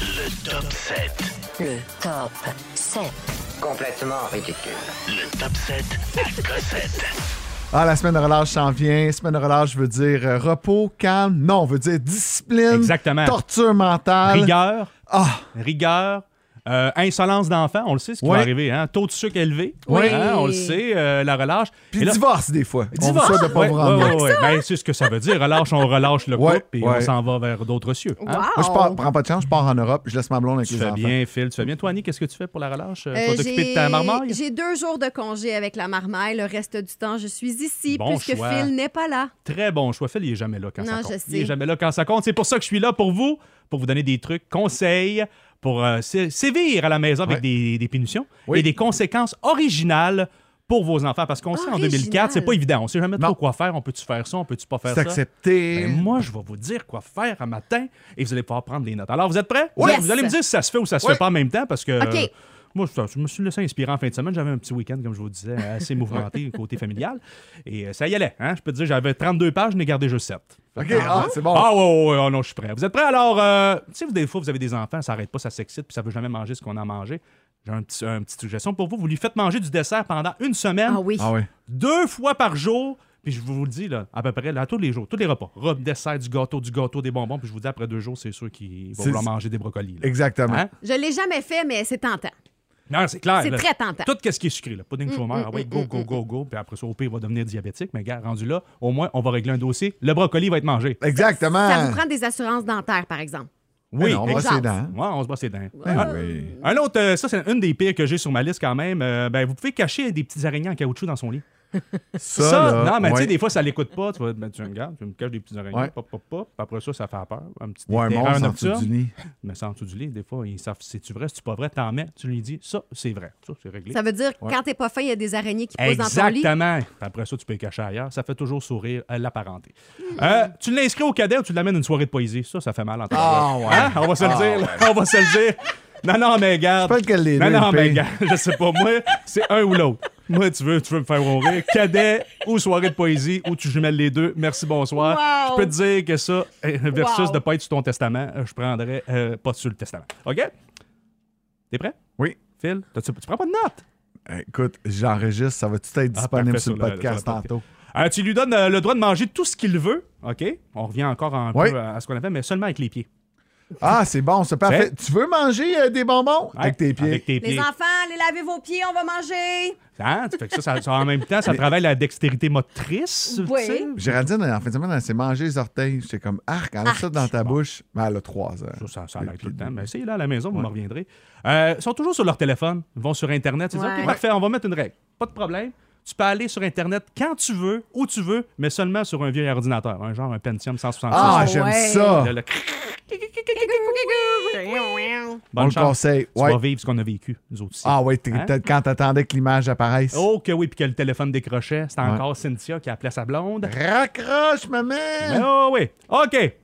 Le top 7. Le top 7. Complètement ridicule. Le top 7 à Cossette. Ah, la semaine de relâche s'en vient. Semaine de relâche veut dire euh, repos, calme. Non, veut dire discipline. Exactement. Torture mentale. Rigueur, Ah, rigueur, euh, insolence d'enfant, on le sait ce qui Ouais. va arriver. Hein? Taux de sucre élevé, Oui. hein, on le sait, euh, la relâche. puis Et là- divorce des fois. On vous Divorce. souhaite de pas Ouais, vous ouais, rendre. ouais, ouais. Ben, c'est ce que ça veut dire. Relâche, on relâche le couple Ouais, et ouais. on s'en va vers d'autres cieux. hein. Moi, je Ah, oh. pars, prends pas de chance, je pars en Europe, je laisse ma blonde avec Tu les fais enfants. bien, Phil. Tu fais bien. Toi, Annie, qu'est-ce que tu fais pour la relâche? Euh, tu vas Euh, t'occuper de j'ai- ta marmaille? J'ai deux jours de congé avec la marmaille. Le reste du temps, je suis ici Bon puisque choix. Phil n'est pas là. Très bon choix. Phil, il est jamais là quand ça Non, compte. je Il est sais. jamais là quand ça compte. C'est pour ça que je suis là pour vous, pour vous donner des trucs, conseils, pour euh, sé- sévir à la maison avec Ouais. des, des punitions Oui. et des conséquences originales pour vos enfants. Parce qu'on sait en Original. 2004, c'est pas évident. On sait jamais Non. trop quoi faire. On peut-tu faire ça? On peut-tu pas faire C'est ça? accepté. Ben, moi, je vais vous dire quoi faire un matin et vous allez pouvoir prendre des notes. Alors, vous êtes prêts? Oui. Vous- Vous allez me dire si ça se fait ou ça se Oui. fait pas en même temps parce que. OK. euh, moi, je je me suis laissé inspirer en fin de semaine. J'avais un petit week-end, comme je vous disais, assez mouvementé côté familial. Et euh, ça y allait. hein. Je peux te dire, j'avais 32 pages, je n'ai gardé juste 7. OK, ah, c'est bon. Ah, ouais, ouais, ouais, oh non, je suis prêt. Vous êtes prêts? Alors, euh, tu sais, vous, des fois, vous avez des enfants, ça n'arrête pas, ça s'excite, puis ça veut jamais manger ce qu'on a mangé. J'ai un petit, un petit suggestion pour vous. Vous lui faites manger du dessert pendant une semaine Ah oui. Ah oui. deux fois par jour. Puis je vous le dis, là, à peu près, là, tous les jours, tous les repas. Robe, dessert, du gâteau, du gâteau, des bonbons. Puis je vous dis, après deux jours, c'est sûr qu'il va C'est- vouloir manger des brocolis. là. Exactement. Hein? Je l'ai jamais fait, mais c'est tentant. Non, c'est clair. C'est Ah, là. très Mm, tentant. Tout ce qui est sucré, là. pudding chômeur, ah ouais, go, go, go, mm. go. Puis après ça, au pire, il va devenir diabétique. Mais gars, rendu là, au moins, on va régler un dossier. Le brocoli va être mangé. Exactement. Ça vous prend des assurances dentaires, par exemple. Oui, on brosse exact. les dents. Ouais, on se brosse les dents. Ben Un- oui. Un autre, euh, ça, c'est une des pires que j'ai sur ma liste quand même. Euh, ben, vous pouvez cacher des petites araignées en caoutchouc dans son lit. Ça, Ah, là, Ça, non, mais tu ouais. sais, des fois, ça l'écoute pas. Tu vas, ben, tu me gardes, tu me caches des petites araignées, Ouais. pop, pop, pop. Puis Après ça, ça fait peur. Un petit Ouais, un terreur monstre en nocturne. dessous du nid. Mais c'est en dessous du lit, des fois, ils savent si tu vrai, si tu pas vrai, t'en mets, tu lui dis, ça, c'est vrai. Ça, c'est réglé. Ça veut dire que quand t'es pas fin, il y a des araignées qui poussent dans ton lit. Exactement. Puis Après ça, tu peux les cacher ailleurs. Ça fait toujours sourire à la parenté. Hmm. Euh, tu l'inscris au cadet ou tu l'amènes à une soirée de poésie. Ça, ça fait mal en tant que Ah, tel. ouais. Hein? On va se le dire. là. On va se le dire. Non, non, mais garde. Je sais pas lequel des Non, deux non, est mais pire. garde. Je sais pas. Moi, c'est un ou l'autre. Moi, tu veux, tu veux me faire rire. Cadet ou soirée de poésie où tu jumelles les deux. Merci, bonsoir. Wow. Je peux te dire que ça, euh, versus Wow. de pas être sur ton testament, euh, je prendrais euh, pas sur le testament. OK? T'es prêt? Oui. Phil, t'as-tu- tu prends pas de notes? Eh, Écoute, j'enregistre, ça va tout être Ah, disponible parfait, sur le sur le- podcast sur le podcast. tantôt. Euh, tu lui donnes euh, le droit de manger tout ce qu'il veut, OK? On revient encore un Oui. peu à, à ce qu'on avait, mais seulement avec les pieds. Ah, c'est bon, c'est parfait. Tu veux manger euh, des bonbons? Avec tes pieds. Avec tes Les pieds. enfants, allez laver vos pieds, on va manger. Hein? Ça fait que ça, ça- ça, en même temps, ça travaille la dextérité motrice. Oui. tu sais. Géraldine, en fin de semaine, elle s'est mangé les orteils. J'étais comme, arc, enlève ça dans ta bouche. Mais elle a trois ans. Ça, ça, ça arrête tout le temps. Mais essayez là à la maison, vous me reviendrez. Euh, Ils sont toujours sur leur téléphone, ils vont sur Internet. Ils disent, Ouais. OK, parfait, on va mettre une règle. Pas de problème. Tu peux aller sur Internet quand tu veux, où tu veux, mais seulement sur un vieil ordinateur, un genre un Pentium 166. Ah, Ah, j'aime ouais. ça. Là, le- On bonne le chance. conseille. Tu Ouais. vas vivre ce qu'on a vécu, nous autres ici. Ah oui, t'es- Hein? t'as- quand t'attendais que l'image apparaisse. Oh que oui, puis que le téléphone décrochait. C'était encore Cynthia qui appelait sa blonde. Raccroche, maman! Ah oui. OK.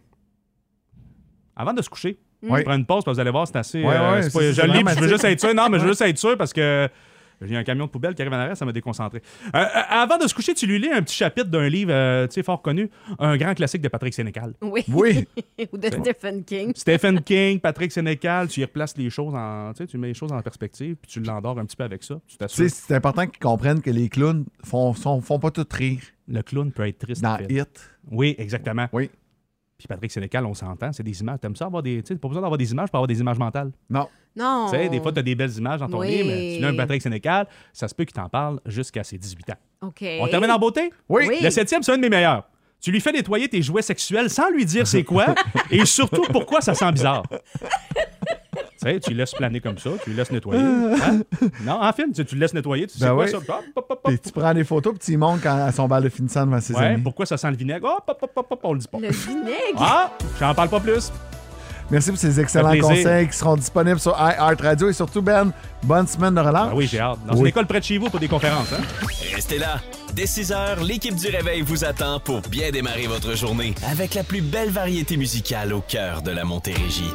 Avant de se coucher, on Mm. Oui. prend une pause, parce que vous allez voir, c'est assez... Ouais, euh, ouais, c'est c'est- pas c'est joli, vraiment puis je veux assez- juste être sûr. Non, mais je veux juste être sûr parce que j'ai un camion de poubelle qui arrive en arrière, ça m'a déconcentré. Euh, euh, avant de se coucher, tu lui lis un petit chapitre d'un livre, euh, tu sais, fort connu, un grand classique de Patrick Sénécal. Oui. Oui. Ou de Stephen King. Stephen King, Patrick Sénécal, tu y replaces les choses en... Tu sais, tu mets les choses en perspective, puis tu l'endors un petit peu avec ça. Tu Tu sais, t'assures. c'est important qu'ils comprennent que les clowns font, sont- font pas tout rire Le clown peut être triste. dans en fait. Hit. Oui, exactement. Oui. Puis Patrick Sénécal, on s'entend, c'est des images. T'aimes ça avoir des. Tu sais, pas besoin d'avoir des images pour avoir des images mentales. Non. Non. Tu sais, des fois, t'as des belles images dans ton Oui. livre, mais tu l'as un Patrick Sénécal, ça se peut qu'il t'en parle jusqu'à ses 18 ans. OK. On termine en beauté? Oui. Eh Oui. Le septième, c'est un de mes meilleurs. Tu lui fais nettoyer tes jouets sexuels sans lui dire c'est quoi et surtout pourquoi ça sent bizarre. tu sais, tu le laisses planer comme ça, tu le laisses nettoyer. Hein? Non, en film, tu, tu le laisses nettoyer, tu sais Ben quoi oui. ça? Hop, hop, hop, hop. Puis tu prends des photos puis tu y montres quand, à son bal de finissant devant ses Ouais, amis. pourquoi ça sent le vinaigre? Hop, hop, hop, hop, hop, on le dit pas. Le vinaigre. Ah, j'en parle pas plus. Merci pour ces excellents Fait plaisir. conseils qui seront disponibles sur iHeartRadio et surtout, Ben, bonne semaine de relâche. Ah oui, j'ai hâte. Dans une Oui. école près de chez vous pour des conférences. Hein? Restez là. Dès 6 heures, l'équipe du réveil vous attend pour bien démarrer votre journée avec la plus belle variété musicale au cœur de la Montérégie.